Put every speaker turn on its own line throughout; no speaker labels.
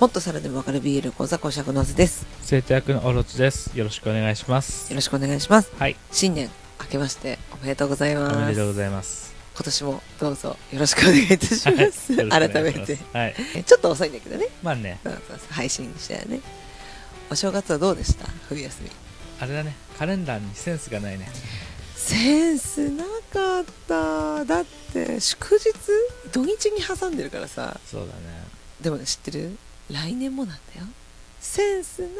もっとさらでもわかる BL 講座講釈のずです。
生徒役のオロチです。よろしくお願いします
よ。ろしくお願いします。
はい、
新年明けましておめでとうございます。
おめでとうご
い
ざいます。
ます。今年もどうぞよろしくお願いいたします。
よろしくお願いし
改めて。。
はい。
ちょっと遅いんだけどね。
まあね、
そうそうそう配信したよね。お正月はどうでした冬休み。
あれだね、カレンダーにセンスがないね。
センスなかった。だって祝日土日に挟んでるからさ。
そうだね。
でもね、知ってる来年もなんだよ。センスない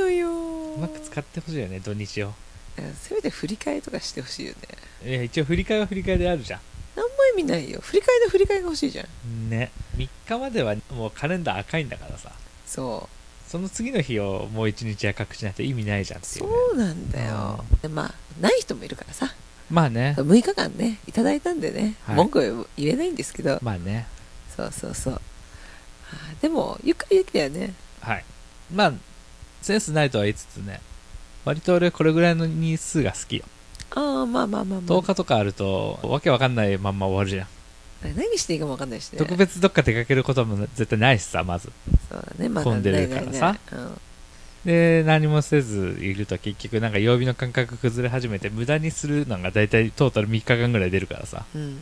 のよ。
うまく使ってほしいよね、土日を。
うんせめて振り替えとかしてほしいよね。
いや、一応振り替えは振り替えであるじゃ
何も意味ないよ。振り替えの振り替えが欲しいじゃん。
ん。ね。3日まではもうカレンダー赤いんだからさ。
そう。
その次の日をもう1日赤くしないと意味ないじゃんってい
そ
う、ね。
うなんだよ、でまあない人もいるからさ
まあね。
6日間ねいただいたんでね、
はい
文句は言えないんですけど、
まあね。
そうそうそうあーでもゆっくりできたよね
はい。まあ、センスないとは言いつつね、割と俺これぐらいの日数が好きよ。
ああまあまあまあまあ
10日とかあると、わけわかんないまんま終わるじゃん。
何していいかもわかんないしね
特別どっか出かけることも絶対ないしさ、まず。
そうだねまあ
混んでるからさ
ないないないうん
で、何もせずいると結局なんか曜日の感覚崩れ始めて、無駄にするのが大体トータル3日間ぐらい出るからさ。
うんうんうん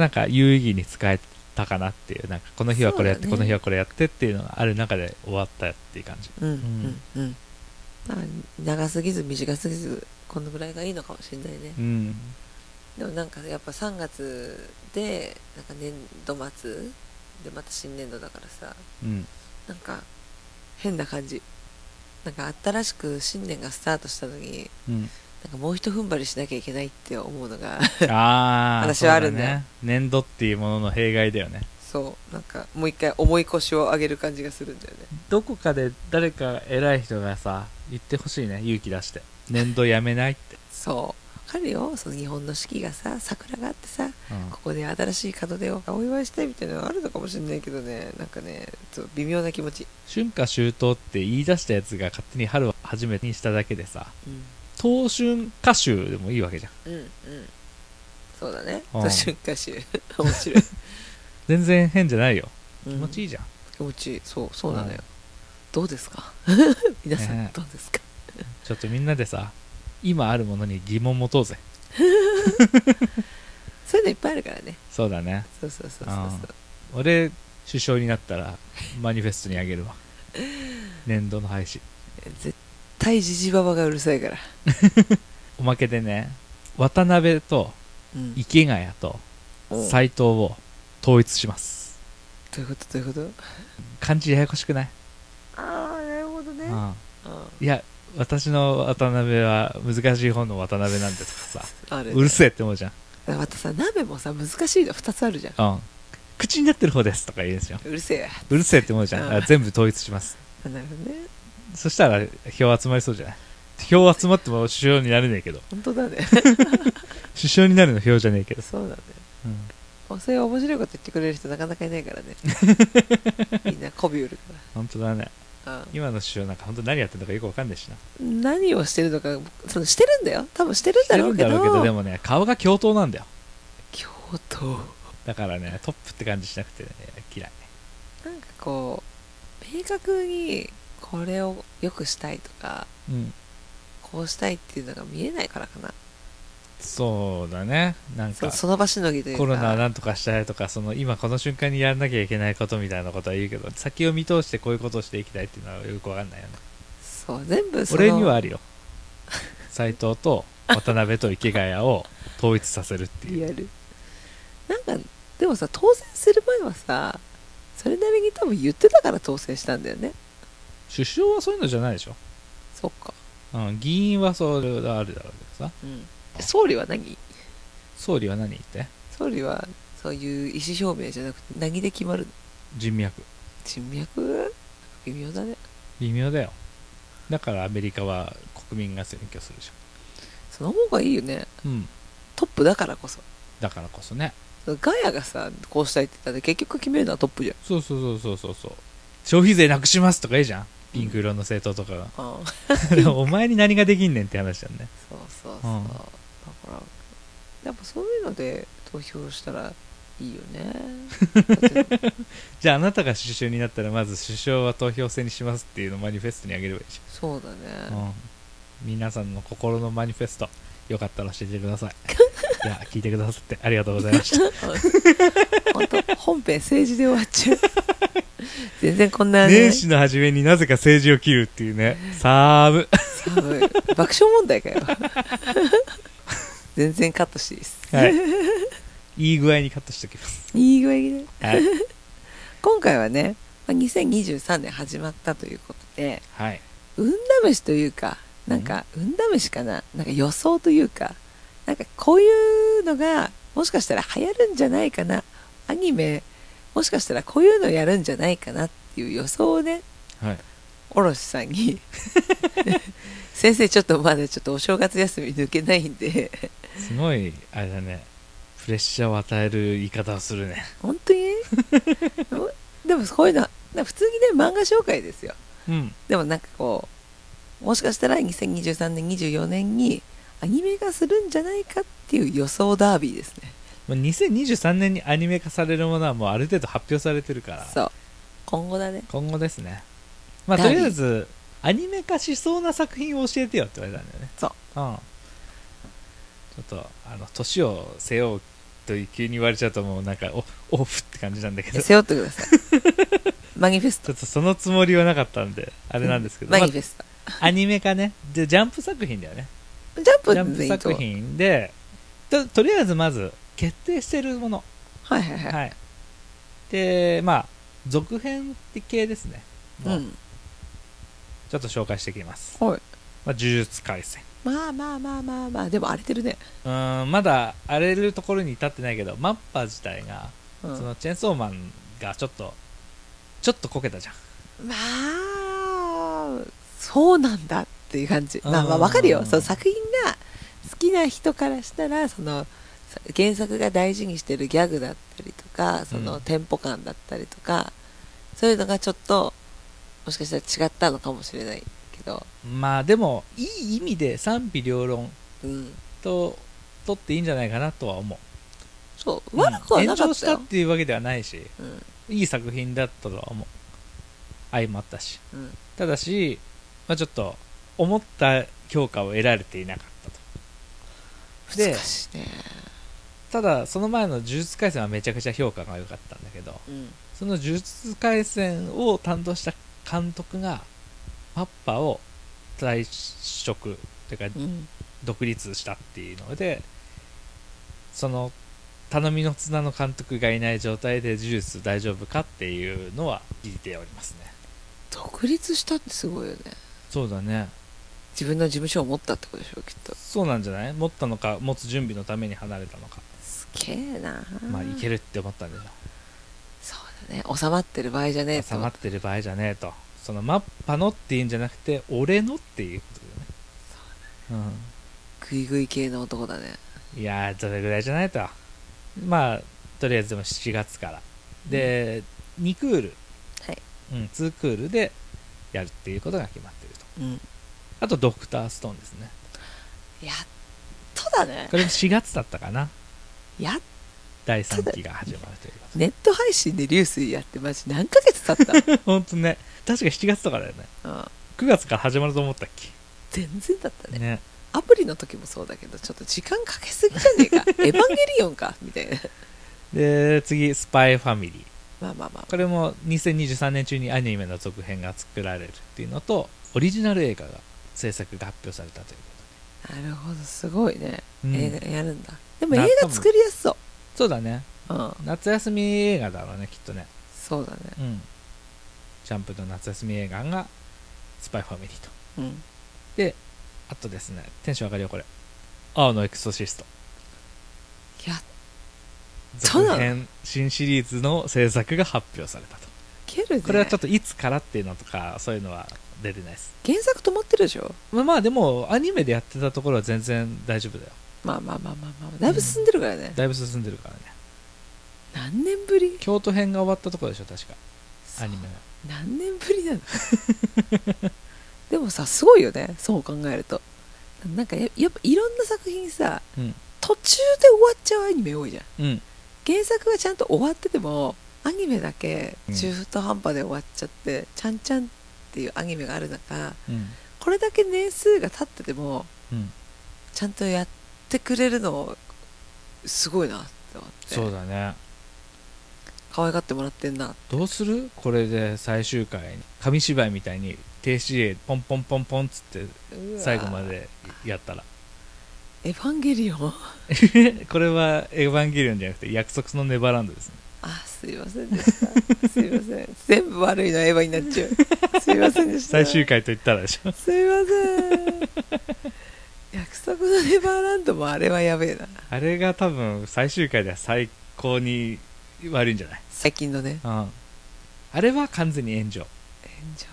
なんか有意義に使えたかなっていう、なんかこの日はこれやって、
そうだね
この日はこれやってっていうのがある中で終わったっていう感じ。
うんうんうんまあ長すぎず短すぎずこのぐらいがいいのかもしれないね
うん。
でもなんかやっぱ3月でなんか年度末でまた新年度だからさ
うん。
なんか変な感じなんか新しく新年がスタートした時に
うん、
なんかもうひと踏ん張りしなきゃいけないって思うのが
ああ、
私はあるんだ
そうね。年度っていうものの弊害だよね。
そうなんかもう一回重い腰を上げる感じがするんだよね
どこかで誰か偉い人がさ言ってほしいね勇気出して年度やめないって、
そうわかるよその日本の四季がさ桜があってさ
うん
ここで新しい門出をお祝いしたいみたいなのがあるのかもしれないけどねなんかねそう微妙な気持ち、
春夏秋冬って言い出したやつが勝手に春を初めにしただけでさ
うん、
冬春夏秋でもいいわけじゃん
うんうんそうだね
うん
春夏秋 面白い、
全然変じゃないよ
うん
気持ちいいじゃん、
気持ちいいそうそうなのよ、
うん
どうですか 皆さん
ね
どうですか、
ちょっとみんなでさ今あるものに疑問持とうぜ
そういうのいっぱいあるからね
そうだね
そうそうそうそうそう
俺首相になったらマニフェストにあげ るわ年度の廃止
絶対じじばばがうるさいから
おまけでね渡辺と
うん
池谷と
うん
斎藤を統一します
どういうことどういうこと
漢字ややこしくない、
ああなるほどね
うん、
あ
いや私の渡辺は難しい方の渡辺なんでとか さ
ある
うるせえって思うじゃん、
えまたさ鍋もさ難しいの2つあるじゃん
うん、口になってる方ですとか言うんですよ
うるせえ
うるせえって思うじゃん
うん
だから全部統一します
あなるほどね
そしたら票集まりそうじゃない票集まっても首相になれねえけど
本当だ ね
首相になるの票じゃねえけど、
そうだね
うん
おそういう面白いこと言ってくれる人なかなかいない からねみんな媚び売るか
本当だね
ら、うん
今の首相なんか本当何やってんだかよくわかんないしな
何をしてるのかそのしてるんだよ多分してるんだろうけど
してるんだろうけどでもね顔が共闘なんだよ
京都
だからねトップって感じしなくて、ね、嫌い
なんかこう明確にこれを良くしたいとか
うん
こうしたいっていうのが見えないからかな
そうだねなん
そ
か
その場しのぎというか
コロナなんとかしたいとかその今この瞬間にやんなきゃいけないことみたいなことは言うけど先を見通してこういうことをしていきたいっていうのはよくわかんないよね
そう全部その
俺にはあるよ 斎藤と渡辺と池谷を統一させるってい
リ
う
アルなんかでもさ当選する前はさそれなりに多分言ってたから当選したんだよね
首相はそういうのじゃないでしょ、
そっか
うん、議員はそういうのあるだろうけどさ
うん総理は何
総理は何言って
総理はそういう意思表明じゃなくて何で決まるの
人脈
人脈微妙だね
微妙だよだからアメリカは国民が選挙するじ
その方がいいよね
ゃんうん
トップだからこそ
だからこそね
ガヤがさこうしたいって言ったら結局決めるのはトップじゃん
そうそうそうそうそうそう消費税なくしますとかいいじゃんピンク色の政党とかが
ああ
でもお前に何ができんねんって話だよね
そうそうそう、
うん
だからやっぱそういうので投票したらいいよ ねだって
じゃああなたが首相になったらまず首相は投票制にしますっていうのをマニフェストにあげればいいじ
そうだ
ゃん、
ね
うん皆さんの心のマニフェストよかったら教えてくだ さいじゃあ聞いてくださってありがとうございま した
本当本編政治で終わっちゃう全然こんなね
年始の初めになぜか政治を切るっていうね寒
寒い爆笑問題か よ全然カットしていいです、
い、はい、いい具合にカットしておきます、
いい具合にね
はい
今回はねまあ2023年始まったということで
はい、
運試しというかなんか運試しかななんか予想というかなんかこういうのがもしかしたら流行るんじゃないかなアニメもしかしたらこういうのやるんじゃないかなっていう予想をね
はい、
おろしさんに先生ちょっとまだちょっとお正月休み抜けないんです
ごいあれだねプレッシャーを与える言い方をするね
本当におでもこういうのなんか普通にね漫画紹介ですよ
うん
でもなんかこうもしかしたら2023年24年にアニメ化するんじゃないかっていう予想ダービーですね
まあ2023年にアニメ化されるものはもうある程度発表されてるから
そう今後だね
今後ですねまあと
ダビ
りあえずアニメ化しそうな作品を教えてよって言われたんだよね
そう
うんちょっとあの年を背負うと急に言われちゃうともうなんかおオフって感じなんだけどち
背負ってください マニフェス
ょ
ト
っとそのつもりはなかったんであれなんですけど、
マ
ま
ニフェス
あアニメ化ねでジャンプ作品だよね
トジャンプ
ジャンプ
でいいと
作品でととりあえずまず決定してるもの
はいはいはい、
はいでまあ続編って系ですねもう
うん
ちょっと紹介していきます、
はい
まあ、呪術廻戦
まあまあまあまあまあでも荒れてるね、
うーんまだ荒れるところに至ってないけどマッパ自体が、
うん、
そ
ま
のチェーンソーマンがちょっとちょっとこけたじゃん
あそうなんだっていう感じ
うん
まあまあわかるよその作品が好きな人からしたらそのさ原作が大事にしてるギャグだったりとかそうの
ん
テンポ感だったりとか、そういうのがちょっともしかしたら違ったのかもしれないけど
まあでもいい意味で賛否両論
うん
と取っていいんじゃないかなとは思う
そう悪くはなか
うん炎上
っ
したた
よ
っ、ていうわけではないし
うん
いい作品だったとは思う相まったし
うん
ただし、まあ、ちょっと思った評価を得られていなかったとで
難しいね、
ただその前の呪術廻戦はめちゃくちゃ評価が良かったんだけど
うん、
その呪術廻戦を担当した監督がマッパを退職というか
うん
独立したっていうのでその頼みの綱の監督がいない状態で呪術大丈夫かっていうのは聞いておりますね
独立したってすごいよね
そうだね
自分の事務所を持ったってことでしょきっと
そうなんじゃない持ったのか持つ準備のために離れたのか
すげえな
まあいけるって思ったんでしょ
そうだね収まってる場合じゃねえ
収まってる場合じゃねえとそのマッパのっていうんじゃなくて俺のっていうことだよね
グイグイ系の男だね
うんいやーそれぐらいじゃないとまあとりあえずでも7月からで、2クール、
はい
うん、2クールでやるっていうことが決まってると
うん
あとドクターストーンですね
やっとだね
これも4月だったかな
や
第3期が始まるというこ
ネット配信で流水やってマジ何ヶ月経っ
と本当ね確か7月とかだよね
た、うん、
9月から始まると思ったっけ
全然だったね
ね
アプリの時もそうだけどちょっと時間かけすぎじゃね えかエヴァンゲリオンかみたいな
で次スパイファミリー
まあまあまあ
これも2023年中にアニメの続編が作られるっていうのとオリジナル映画が制作が発表されたというこ
なるほどすごいね、
とで、うん
映画やるんだでも
な
映
多
画
分
作りやすそ
そうだね
ううん
夏休み映画だろうねきっとね
そうだね
うんジャンプの夏休み映画がスパイファミリーと
うん
であとですねテンション上がるよこれ青のエクソシスト
やっそう
続
なの
編新シリーズの制作が発表されたと
けるね
これはちょっといつからっていうのとかそういうのは出てないです
原作止まってるでしょ
まあまあでもアニメでやってたところは全然大丈夫だよ
まあまあまあまあまあだいぶ進んでるからね、
だいぶ進んでるからね
何年ぶり
京都編が終わったところでしょ確かアニメが
何年ぶりなの でもさすごいよねそう考えるとなんかややっぱいろんな作品さ
うん
途中で終わっちゃうアニメ多いじゃん
うん
原作がちゃんと終わっててもアニメだけ中途半端で終わっちゃって、ちゃんちゃんっていうアニメがある中
うん
これだけ年数が経ってても
うん
ちゃんとやってくれるのすごいなって思って
そうだね
可愛がってもらってんな
どうするこれで最終回に紙芝居みたいに停止へポンポンポンポンっつって
うわ
最後までやったら
「エヴァンゲリオン」
これは「エヴァンゲリオン」じゃなくて「約束のネバーランド」ですね
あすいませんでしたすいません全部悪いのエヴァになっちゃうすいませんでした
最終回と言ったらでしょ
すいません約束のネバーランドもあれはやべえな
あれが多分最終回では最高に悪いんじゃない、
最近のね
うん、あれは完全に炎上、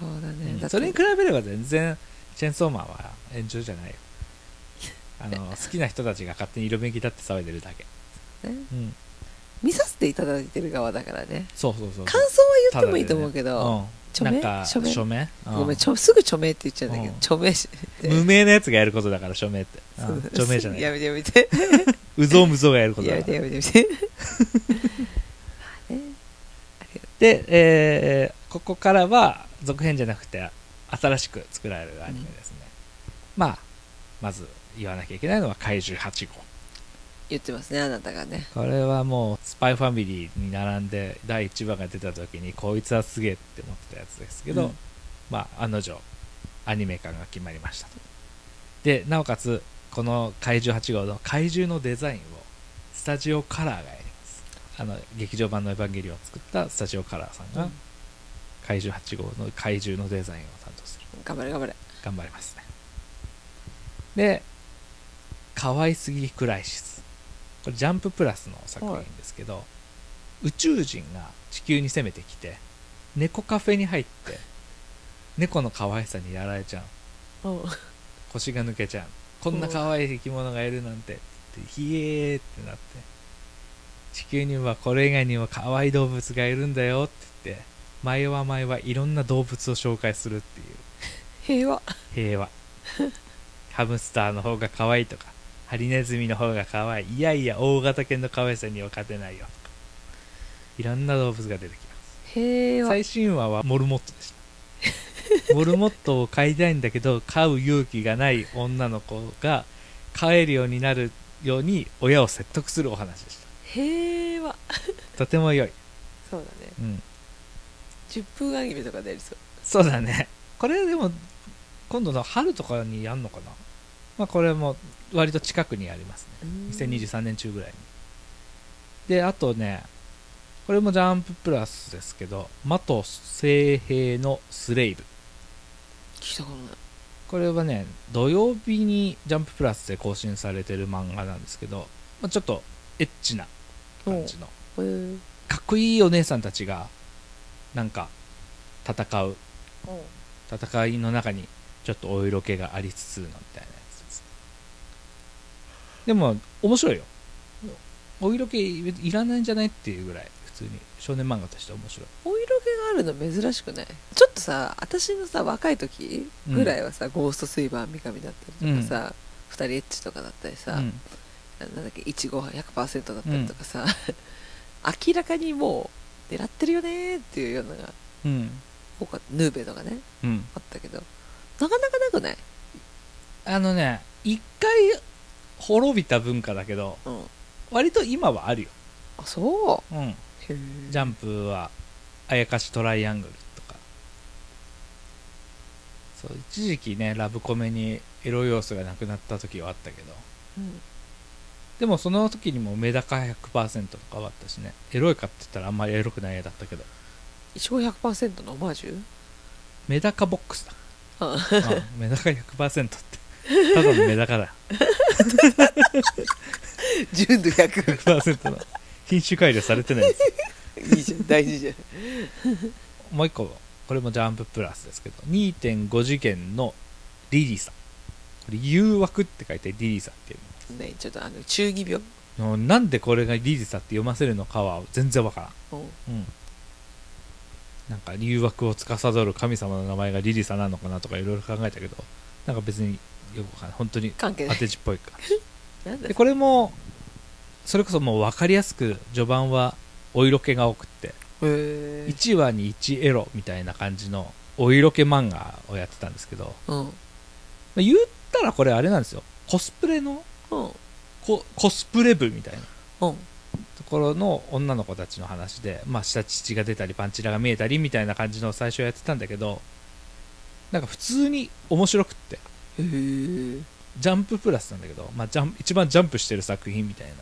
炎上だね、
うん
だって
それに比べれば全然チェーンソーマンは炎上じ ゃないよあの好きな人たちが勝手に色めきだって騒いでるだけ、
ね
うん、
見させていただいてる側だからね
そうそうそうそう
感想は言ってもいいと思うけど、
ただでねうん、なんか
署
署
名
名
署
うん
ごめんちょすぐ著名って言っちゃうんだけど、
うん
著名し
無名なやつがやることだから署名って、うん
そう
署名じゃない
やめてやめて
うぞうむぞうがやること
や
だ
めて
から
やめてやめてまあね
で、えーここからは続編じゃなくて新しく作られるアニメですね、まあまず言わなきゃいけないのは怪獣8号
言ってますねあなたがね
これはもうスパイファミリーに並んで第1話が出た時にこいつはすげえって思ってたやつですけ
う
ど、
ん
まあ案の定アニメ化が決まりましたとでなおかつこの怪獣8号の怪獣のデザインをスタジオカラーがやりますあの劇場版の「エヴァンゲリオン」を作ったスタジオカラーさんが、
うん
怪獣8号の怪獣のデザインを担当する
頑張れ頑張れ
頑張りますねで「可愛すぎクライシス」これジャンププラスの作品ですけど、宇宙人が地球に攻めてきて猫カフェに入って 猫の可愛さにやられちゃう
うん
腰が抜けちゃうこんな可愛い生き物がいるなんてってひえーってなって地球にはこれ以外にも可愛い動物がいるんだよって言って毎は毎はいろんな動物を紹介するっていう
平和
平和ハムスターの方が可愛いとかハリネズミの方が可愛いいやいや大型犬の可愛さには勝てないよとかいろんな動物が出てきます
平和
最新話はモルモットでした モルモットを飼いたいんだけど飼う勇気がない女の子が飼えるようになるように親を説得するお話でし
平和
たとても良い、
そうだね
うん、
10分アニメとかでやりそう
そうだねこれでも今度の春とかにやんのかなまあこれも割と近くにありますね2023年中ぐらいにであとねこれもジャンププラスですけど「マと聖兵のスレイブ
聞いたことない」
これはね土曜日にジャンププラスで更新されてる漫画なんですけど、まあ、ちょっとエッチな感じの
へー
かっこいいお姉さんたちがなんか戦う戦いの中にちょっとお色気がありつつのみたいなやつですでも面白いよお色気別にいらないんじゃないっていうぐらい普通に少年漫画として面白い
お色気があるの珍しくないちょっとさ私のさ若い時ぐらいはさ、ゴーストスイバー三上だったりとかさ、二人エッチとかだったりさ、
うん
なんだっけいちご100%だったりとかさ、明らかにもう狙ってるよねーっていうようなのが
うん、
多かったヌーベとかね
うん、
あったけどなかなかなくない、
あのね一回滅びた文化だけど
うん、
割と今はあるよ、
あそ
うん、
うへー
ジャンプはあやかしトライアングルとかそう一時期ねラブコメにエロ要素がなくなった時はあったけど
うん
でもその時にもメダカ100%とかはあったしねエロいかって言ったらあんまりエロくない絵だったけど
いちご100%のオマージュ
メダカボックスだ、
あ
うん、メダカ100%ってただのメダカだ
純度100
100%の品種改良されてないです
いいじゃん大事じゃん
もう一個これもジャンププラスですけど2.5次元のリリーさんこれ誘惑って書いてリリーさんっていう
ねちょっとあの中二病
ののなんでこれがリリーさんって読ませるのかは全然わからん
うん
うん、なんか誘惑を司る神様の名前がリリサなのかなとかいろいろ考えたけどなんか別によくわかんない本当に
関係な
当
い
て字っぽいか
なんだ
でこれもそれこそもう分かりやすく序盤はお色気が多くって
へえ
1話に1エロみたいな感じのお色気漫画をやってたんですけど
うん
まあ言ったらこれあれなんですよコスプレの
うん
ココスプレ部みたいな
うん
ところの女の子たちの話で、まあ、下乳が出たりパンチラが見えたりみたいな感じの最初やってたんだけどなんか普通に面白くって
へ
ジャンププラスなんだけど、まあ、ジャン一番ジャンプしてる作品みたいな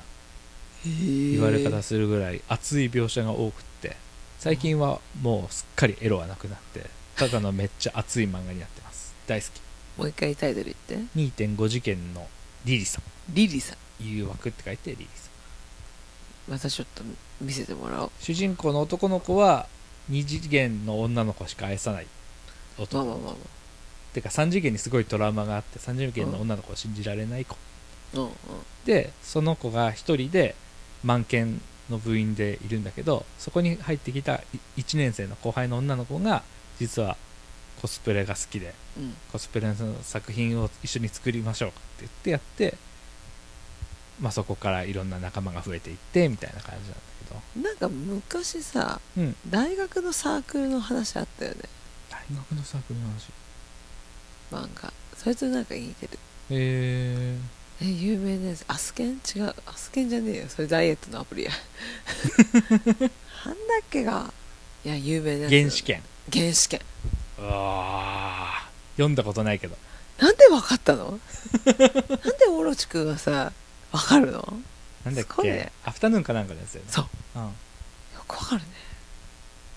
え言
言われ方するぐらい熱い描写が多くって最近はもうすっかりエロはなくなってただのめっちゃ熱い漫画になってます大好
もう一回タイトル言って
き2.5次元のリリさん
リリさん
誘惑って書いてリリさん
またちょっと見せてもらおう
主人公の男の子は2次元の女の子しか愛さない
ま
男
あ
の
まあ
子
まあ
てか3次元にすごいトラウマがあって3次元の女の子を信じられない子、
まあうんうん
でその子が1人で満研の部員でいるんだけどそこに入ってきた1年生の後輩の女の子が実はコスプレが好きで
うん
コスプレの作品を一緒に作りましょうかって言ってやって、まあ、そこからいろんな仲間が増えていってみたいな感じなんだけど
なんか昔さ、
うん
大学のサークルの話あったよね
大学のサークルの話
漫画それとなんか似てる
へえ
え有名なやつアスケン違うアスケンじゃねえよそれダイエットのアプリやなんだっけがいや有名なやつ
原始圏
原始圏
ああ読んだことないけど
なんでわかった のなんでオロチくんはさわかるのよ
なんだっ
すごい
け、
ね
アフタヌーンかなんかのやつだよね
そう、
うん、
くわかるね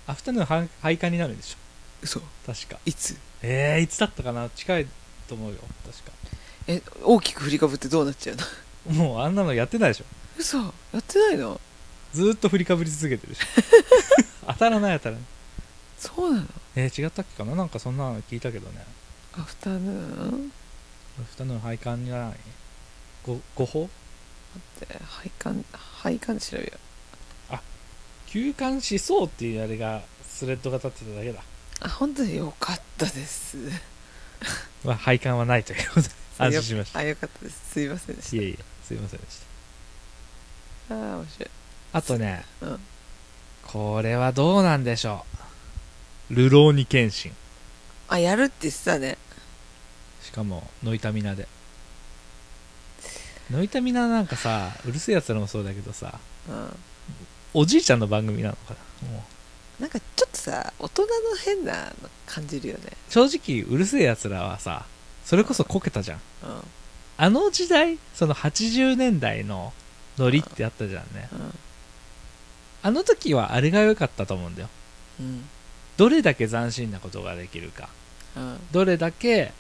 アフタヌーンは廃刊になるんでしょ
嘘
確か
いつ
えー、いつだったかな近いと思うよ確か
え大きく振りかぶってどうなっちゃうの
もうあんなのやってないでしょ
嘘やってないの
ずーっと振りかぶり続け てるでしょ当たらない当たらない
そうなの
えー、違ったっけかななんかそんなの聞いたけどね
アフタヌーン
アフタヌーン廃刊にならないご誤報
待って配管配管調べよう
休刊しそうっていうあれがスレッドが立ってただけだ、
あ本当によかったです
まあ、廃刊はないということで 安心しました
あよかったですすいませんで
い
し
えいえすいませんでし
た
た
ああ面白い
あとね、
うん
これはどうなんでしょう。ルローニケンシン。
あやるって言ってたね
しかも、ノイタミナで。ノイタミナなんかさ、うるせえやつらもそうだけどさ、
うん
おじいちゃんの番組なのかな。もう
なんかちょっとさ大人の変なの感じるよね
正直、うるせえやつらはさ、それこそこけたじゃん。
うんうん
あの時代、その80年代のノリってあったじゃんね。あの時はあれが良かったと思うんだよ。
うん
どれだけ斬新なことができるか。
うん
どれだけ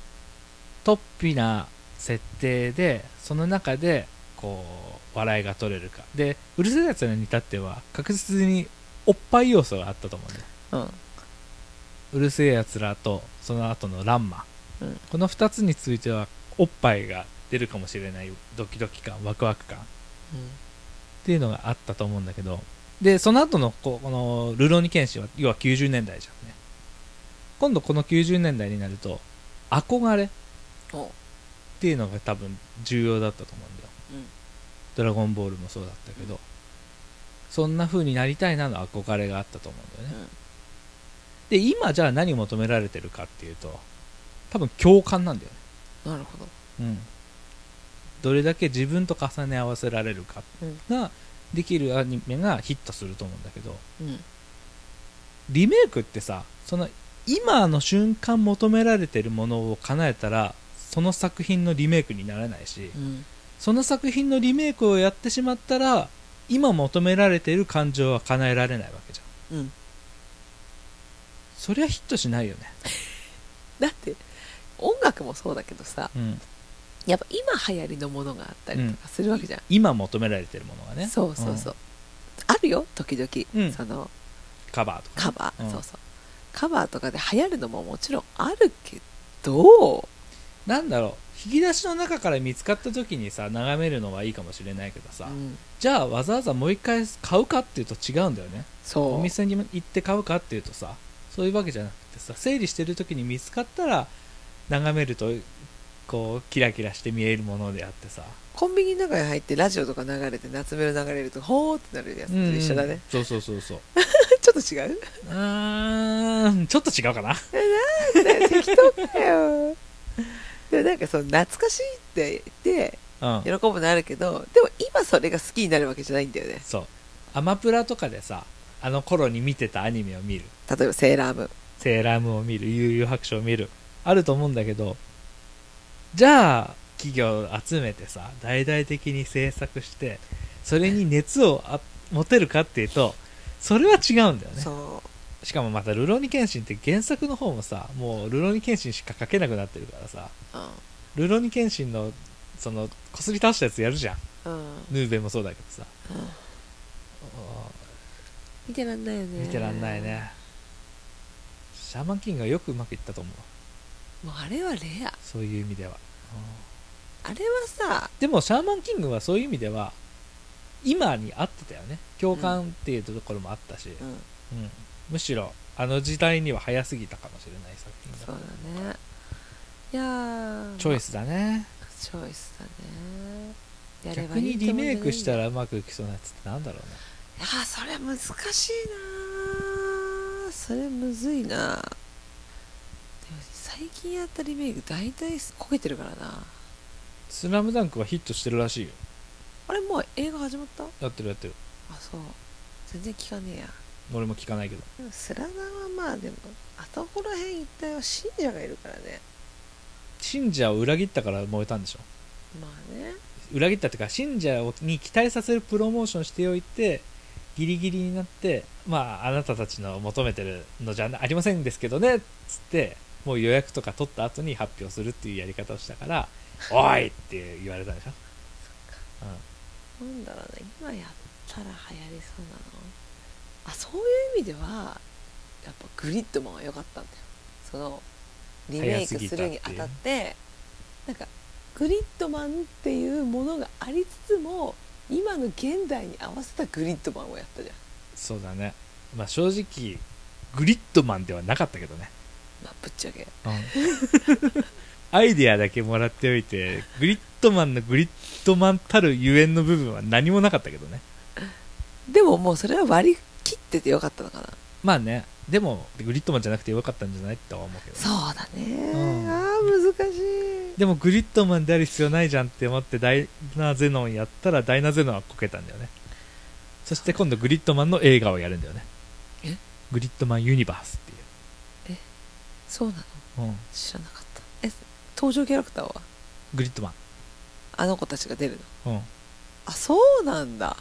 突飛な設定でその中でこう笑いが取れるかでうるせえやつらに至っては確実におっぱい要素があったと思うんだよ
うん
うるせえやつらとその後の「ランマ」
うん
この2つについてはおっぱいが出るかもしれないドキドキ感ワクワク感っていうのがあったと思うんだけどでその後のここの「ルロニケンシン」は要は90年代じゃんね今度この90年代になると憧れ
お
っていうのが多分重要だったと思うんだよ
うん
「ドラゴンボール」もそうだったけど、そんな風になりたいなの憧れがあったと思うんだよ
う
ね、
ん
で今じゃあ何求められてるかっていうと多分共感なんだよね、
なるほど
うん、どれだけ自分と重ね合わせられるか
うん
ができるアニメがヒットすると思うんだけど
うん
リメイクってさその今の瞬間求められてるものを叶えたらその作品のリメイクにならないし、
うん
その作品のリメイクをやってしまったら今求められている感情は叶えられないわけじゃん
うん
そりゃヒットしないよね
だって音楽もそうだけどさ
うん
やっぱ今流行りのものがあったりとかするわけじゃん、
今求められているものがね
そうそうそう、あるよ時々、
うん
その
うんカバーと
カ
か
バー、
うん
そうそうカバーとかで流行るのももちろんあるけど
なんだろう引き出しの中から見つかった時にさ眺めるのはいいかもしれないけどさ、
うん
じゃあわざわざもう一回買うかっていうと違うんだよね
そう
お店に行って買うかっていうとさそういうわけじゃなくてさ整理してる時に見つかったら眺めるとこうキラキラして見えるものであってさ
コンビニの中に入ってラジオとか流れて夏メロ流れるとほーってなるやつと一緒だね、
うんそうそうそうそう
ちょっと違う
うーんちょっと違うかな
ね適当かよでもなんかその懐かしいって言って
うん
喜ぶのあるけどでも今それが好きになるわけじゃないんだよね
そうアマプラとかでさあの頃に見てたアニメを見る
例えばセーラームーン
セーラームーンを見る悠々白書を見るあると思うんだけどじゃあ企業を集めてさ大々的に制作してそれに熱をあ持てるかっていうとそれは違うんだよね
そ
しかもまた「ルローニケンシン」って原作の方もさもう「ルローニケンシン」しか書けなくなってるからさ
う
「ルローニケンシン」のそのこすり倒したやつやるじゃん
うんうん
ヌーベもそうだけどさ
うん
あ
見てらんないよ
ー
ね
見てらんないねシャーマンキングはよくうまくいったと思う
もうあれはレア
そういう意味では
あれはさ
でもシャーマンキングはそういう意味では今に合ってたよね共感っていうところもあったし、
うん
うんむしろあの時代には早すぎたかもしれない作品
そ
が
うだねいやー
チョイスだね
チョイスだねやれば
逆
いい
に
って
リ
もんじゃない
メイクした
い
らうまくいきそうなやつってなんだろうね
やーそれ難しいなーそれむずいなでも最近やったリメイク大体焦げてるからな
「スラムダンクはヒットしてるらしいよ
あれもう映画始まったあ
やってるやってる
そう全然聞かねえや
俺も聞かないけど
でもスラダンはまあでもあとこら辺一帯は信者がいるからね
信者を裏切ったから燃えたんでしょ
まあね
裏切ったっていうか信者をに期待させるプロモーションしておいてギリギリになってまああなたたちの求めてるのじゃありませんですけどねっつってもう予約とか取った後に発表するっていうやり方をしたから「おい!」って言われたんでしょ、うん、
なんだろうね今やったら流行りそうなのあそういう意味ではやっぱグリッドマンは良かったんだよそのリメイクするにあたってなんかグリッドマンっていうものがありつつも今の現代に合わせたグリッドマンをやったじゃん、
そうだねまあ正直グリッドマンではなかったけどね、
まあ、ぶっちゃけ
アイデアだけもらっておいてグリッドマンのグリッドマンたるゆえんの部分は何もなかったけどね
でももうそれは割り切ってて良かったのかな
まあねでもグリッドマンじゃなくてよかったんじゃないとは思うけど
そうだね、
うん
あー難しい
でもグリッドマンである必要ないじゃんって思ってダイナゼノンやったらダイナゼノンはこけたんだよねそして今度グリッドマンの映画をやるんだよね
え
グリッドマンユニバースってい
そうなの
う、うん、
知らなかったえ登場キャラクターは
グリッドマ
あの子たちが出るの
ン、うん、
あそうなんだ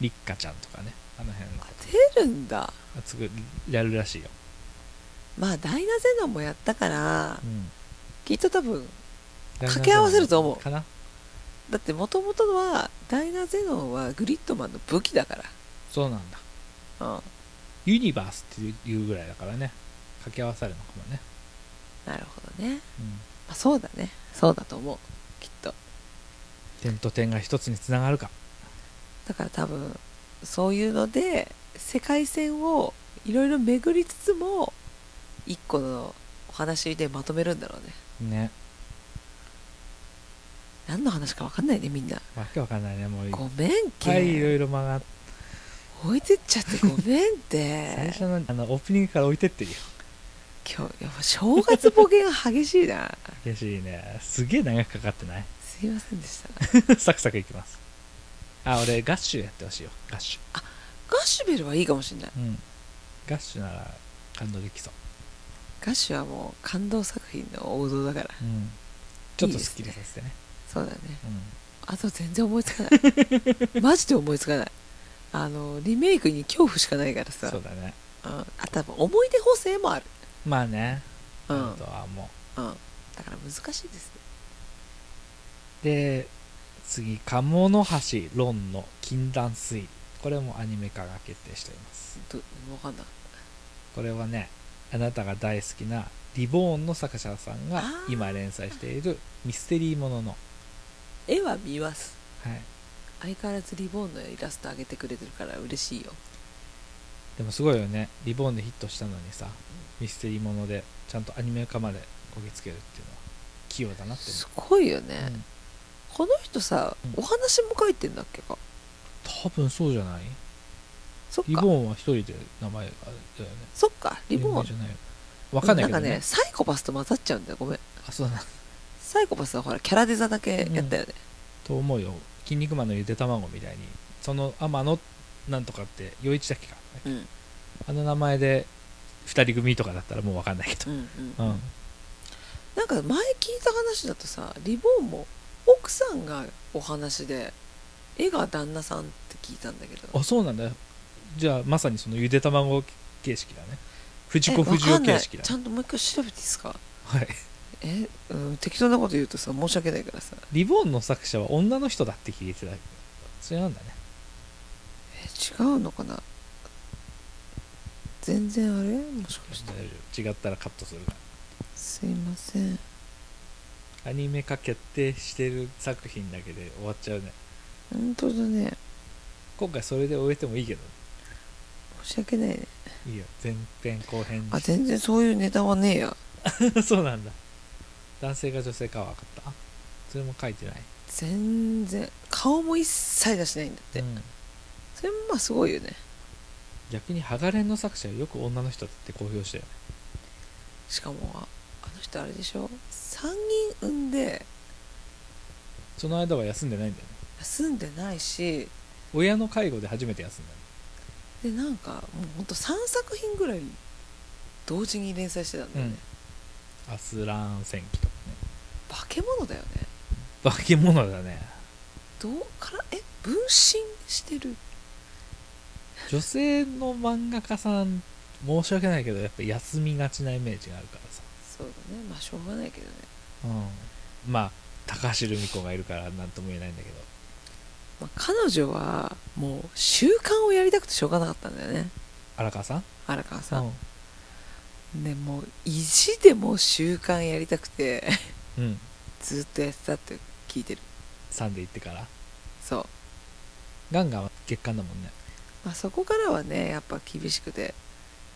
リッカちゃんとかねあの辺の
あ出るんだ
つぐやるらしいよ、
まあダイナゼノンもやったから
うん、
きっと多分掛け合わせると思う
かな
だってもともとはダイナゼノンはグリッドマンの武器だか
そうなんだ
らうん
ユニバースっていうぐらいだからね掛け合わされるのかもね、
なるほどね、
うん、
まあ、そうだねそうだと思うきっと
点と点が一つにつながるか
だから多分そういうので世界線をいろいろ巡りつつも一個のお話でまとめるんだろうね
ね
何の話か分かんないねみんな
わけわかんないねもういっ
ごめんけ、
ぱいいろいろ曲がって
置いてっちゃって ごめんって
最初のあのオープニングから置いてってるよ
今日やっぱ正月ボケが激しいな
嬉しいねすげえ長くかかってない
すいませんでした
サクサクいきますあ俺ガッシュやってほしいよガッシュ
ガッシュベルはいいかもしれない
うんガッシュなら感動できそう、
ガッシュはもう感動作品の王道だから
うん、ちょっとスッキリさせてね
そうだね
うん
あと全然思いつかない マジで思いつかないあのリメイクに恐怖しかないからさ
そうだね
うん、あ多分思い出補正もある、
まあね、
うん
あとはも
うん、だから難しいですね
うで次鴨の橋ロンの禁断推理これもアニメ化が決定しています
ど分かんな
これはねあなたが大好きなリボーンの作者さんが今連載しているミステリーものの、
絵は見ます
はい、
相変わらずリボンのイラスト上げてくれてるから嬉しいよ
でもすごいよねリボーンでヒットしたのにさミステリーものでちゃんとアニメ化までこぎつけるっていうのは器用だなって
すごいよね、
思う、うん
この人さ
う
お
ん
話も書いてんだっけか
多分そうじゃない
そっ
リ
か
ボンは一人で名前あれだよね
そっかリボンは
有名じゃないよわかんないけど
んかね
ね
サイコパスと混ざっちゃうんだよごめん
あそうだな
サイコパスはほらキャラデザだけやったよね、
と思うよ「筋肉マン」のゆで卵みたいにその天野なんとかって余一だっけか
うんうん
あの名前で2人組とかだったらもうわかんないけど
うん
うん、
なんか前聞いた話だとさリボンも奥さんがお話で絵が旦那さんって聞いたんだけど
あそうなんだじゃあまさにそのゆで卵形式だね藤子
え
不二
わ
雄
かんない
形式だ
ちゃんともう一回調べていいですか
はい
え、うん、適当なこと言うとさ申し訳ないからさ
リボンの作者は女の人だって聞いてたそれなんだね
え違うのかな全然あれもしかして
大丈夫違ったらカットするか
すいません
らアニメ化決定してる作品だけで終わっちゃうね
本当だね
今回それで終えてもいいけど
申し訳ないね
いいよ前編後編に
あ全然そういうネタはねえや
そうなんだ男性か女性かは分かったそれも書いてない
全然顔も一切出しないんだって、
うん
それもまあすごいよね
逆に「ハガレン」の作者はよく女の人だって公表したよね
しかもああの人あれでしょ3人産んで
その間は休んでないんだよね
休んでないし
親の介護で初めて休んだよ
でな
ね
んかもうほんと3作品ぐらい同時に連載してたんだよね、
アスラーン戦記とかね
化け物だよね
化け物だね
どうからえ分身してる
女性の漫画家さん申し訳ないけどやっぱ休みがちなイメージがあるからさ、
そうだねまあしょうがないけどね
うん、まあ高橋留美子がいるから何とも言えないんだけど
まあ、彼女はもう習慣をやりたくてしょうがなかったんだよね
荒川さん
荒川さん、
ん
ねもう意地でも習慣やりたくて
うん
ずっとやってたって聞いてる
サンデー行ってから
そう、
ガンガンは月間だもんね
まあ、そこからはねやっぱ厳しくて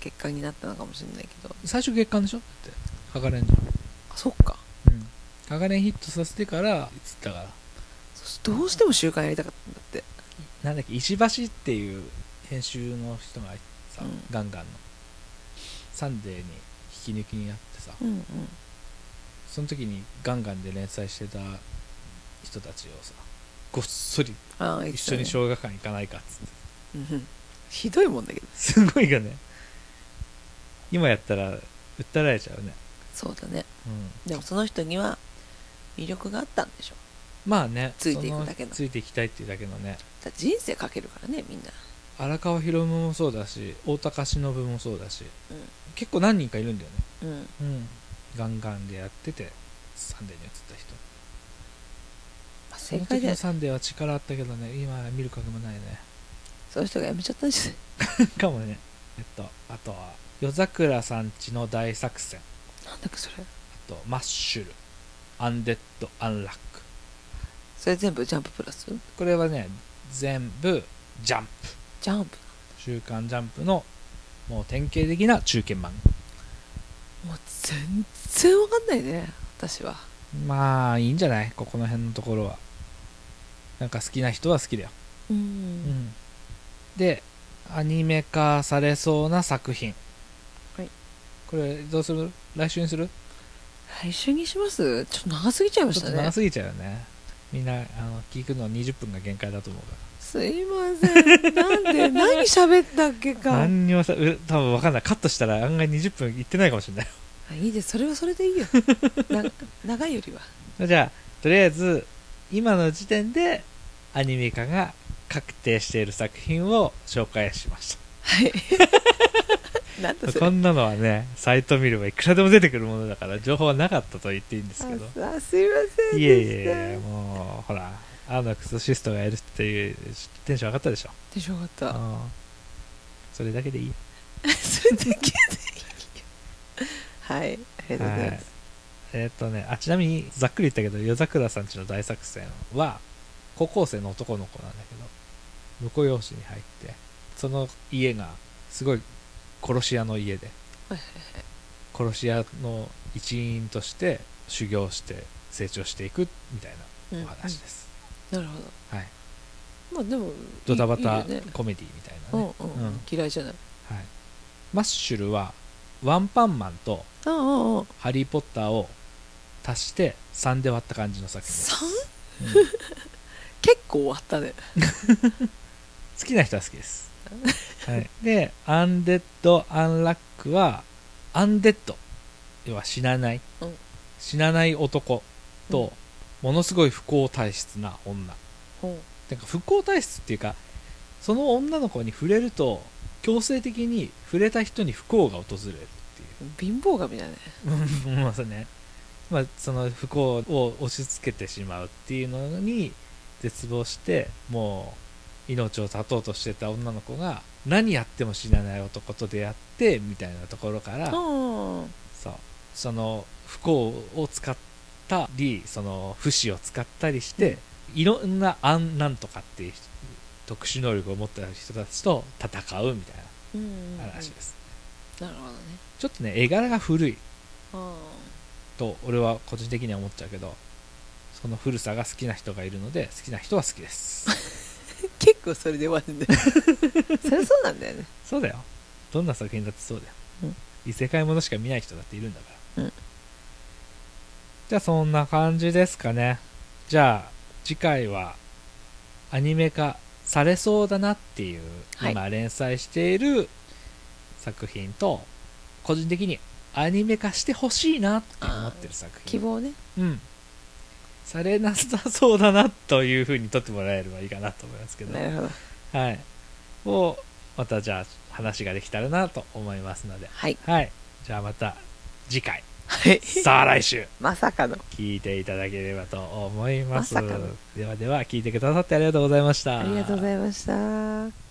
結果になったのかもしれないけど
最初月間でしょだってハガレンじ
あそっか
ゃんうんハガレンヒットさせてからいつだから
そしてどうしても習慣やりたかったんだって
なんだっけ石橋っていう編集の人がさ、
うん
ガンガンのサンデーに引き抜きになってさ
うんうん
その時にガンガンで連載してた人たちをさごっそり
ああ
一緒に小学館行かないかっつって
ひどいもんだけど
すごいよね今やったら訴えられちゃうね、
そうだね
うん、
でもその人には魅力があったんでしょ
まあね
ついていくだけの
そついていきたいっていうだけのね
だって人生かけるからねみんな
荒川博夢もそうだし大高忍もそうだし、
うん
結構何人かいるんだよね
うん
うん、ガンガンでやっててサンデーに移った人
まあ、
そ
正
の
解
時
だよ
の
ね
サンデーは力あったけどね今は見る影もないね
その人が辞めちゃったんじゃない
かもねえっとあとは夜桜さんちの大作戦
なんだっけそれ
あとマッシュルアンデッドアンラック
それ全部ジャンププラス
これはね全部ジャンプ
ジャンプ
「週刊ジャンプ」のもう典型的な中堅漫画
もう全然わかんないね私は
まあいいんじゃないここの辺のところはなんか好きな人は好きだよ
うん、
うん、でアニメ化されそうな作品
はい
これどうする来週にする
来週にしますちょっと長すぎちゃいま
ちょ
し
ったと長
ね
すぎちゃうよねみんなあの聞くの20分が限界だと思うか
すいませんなん で何喋ったっけ
ら
か
何にもさう多分分かんないカットしたら案外20分いってないかもしれない
あいいですそれはそれでいいよな長いよりは
じゃあとりあえず今の時点でアニメ化が確定している作品を紹介しまし
はいなんだ
た
そ
こ
れ
んなのはねサイト見ればいくらでも出てくるものだから情報はなかったと言っていいんですけど
ああすいませんでした
いえいえもうほらアーノクソシストがいるっていうテンション上がったでしょ
でしょうがった
うんそれだけでいい
それだけでいいはいありがとうございます、
えーっとねあちなみにざっくり言ったけど夜桜さんちの大作戦は高校生の男の子なんだけど婿養子に入ってその家がすごい殺し屋の家で
はい
殺し屋の一員として修行して成長していくみたいなお話です、
なるほど
はい、
まあでも
ドタバタ
いいよね
コメディみたいな
う
ね
んうんうん
うん
嫌いじゃない
はい、マッシュルはワンパンマンと
うんうんうん
ハリー・ポッターを足して3で割った感じの作品です
三
うん
結構終わったね
好きな人は好きです、はい、でアンデッド・アンラックはアンデッド要は死なない、
うん
死なない男と、ものすごい不幸体質な女
うん
なんか不幸体質っていうかその女の子に触れると強制的に触れた人に不幸が訪れるっていう
貧乏神だね
うんまあね、まあ、その不幸を押し付けてしまうっていうのに絶望してもう命を絶とうとしてた女の子が何やっても死なない男と出会ってみたいなところから、
うんうんうん
そうその不幸を使ったりその不死を使ったりして、いろんなあんなんとかっていう特殊能力を持った人たちと戦うみたい
うんうんうん
な
なる
話です、
ほどね
ちょっとね絵柄が古い
うん
と俺は個人的には思っちゃうけどその古さが好きな人がいるので好きな人は好きです
結構それで終わるん だよそれそうなんだよね
そうだよどんな作品だってそうだよ、
うん
異世界ものしか見ない人だっているんだから、
うん
じゃあそんな感じですかねじゃあ次回はアニメ化されそうだなっていう、
はい
今連載している作品と個人的にアニメ化してほしいなって思ってる作
希
品
望ね
うん、されなさそうだなというふうに取ってもらえればいいかなと思いますけど、
なるほど
はい、をまたじゃあ話ができたらなと思いますので、
はい
はい、じゃあまた次 回
はい
さあ来週
まさかの
聞いていただければと思います、
まさかの
ではでは聞いてくださってありがとうございました
ありがとうございました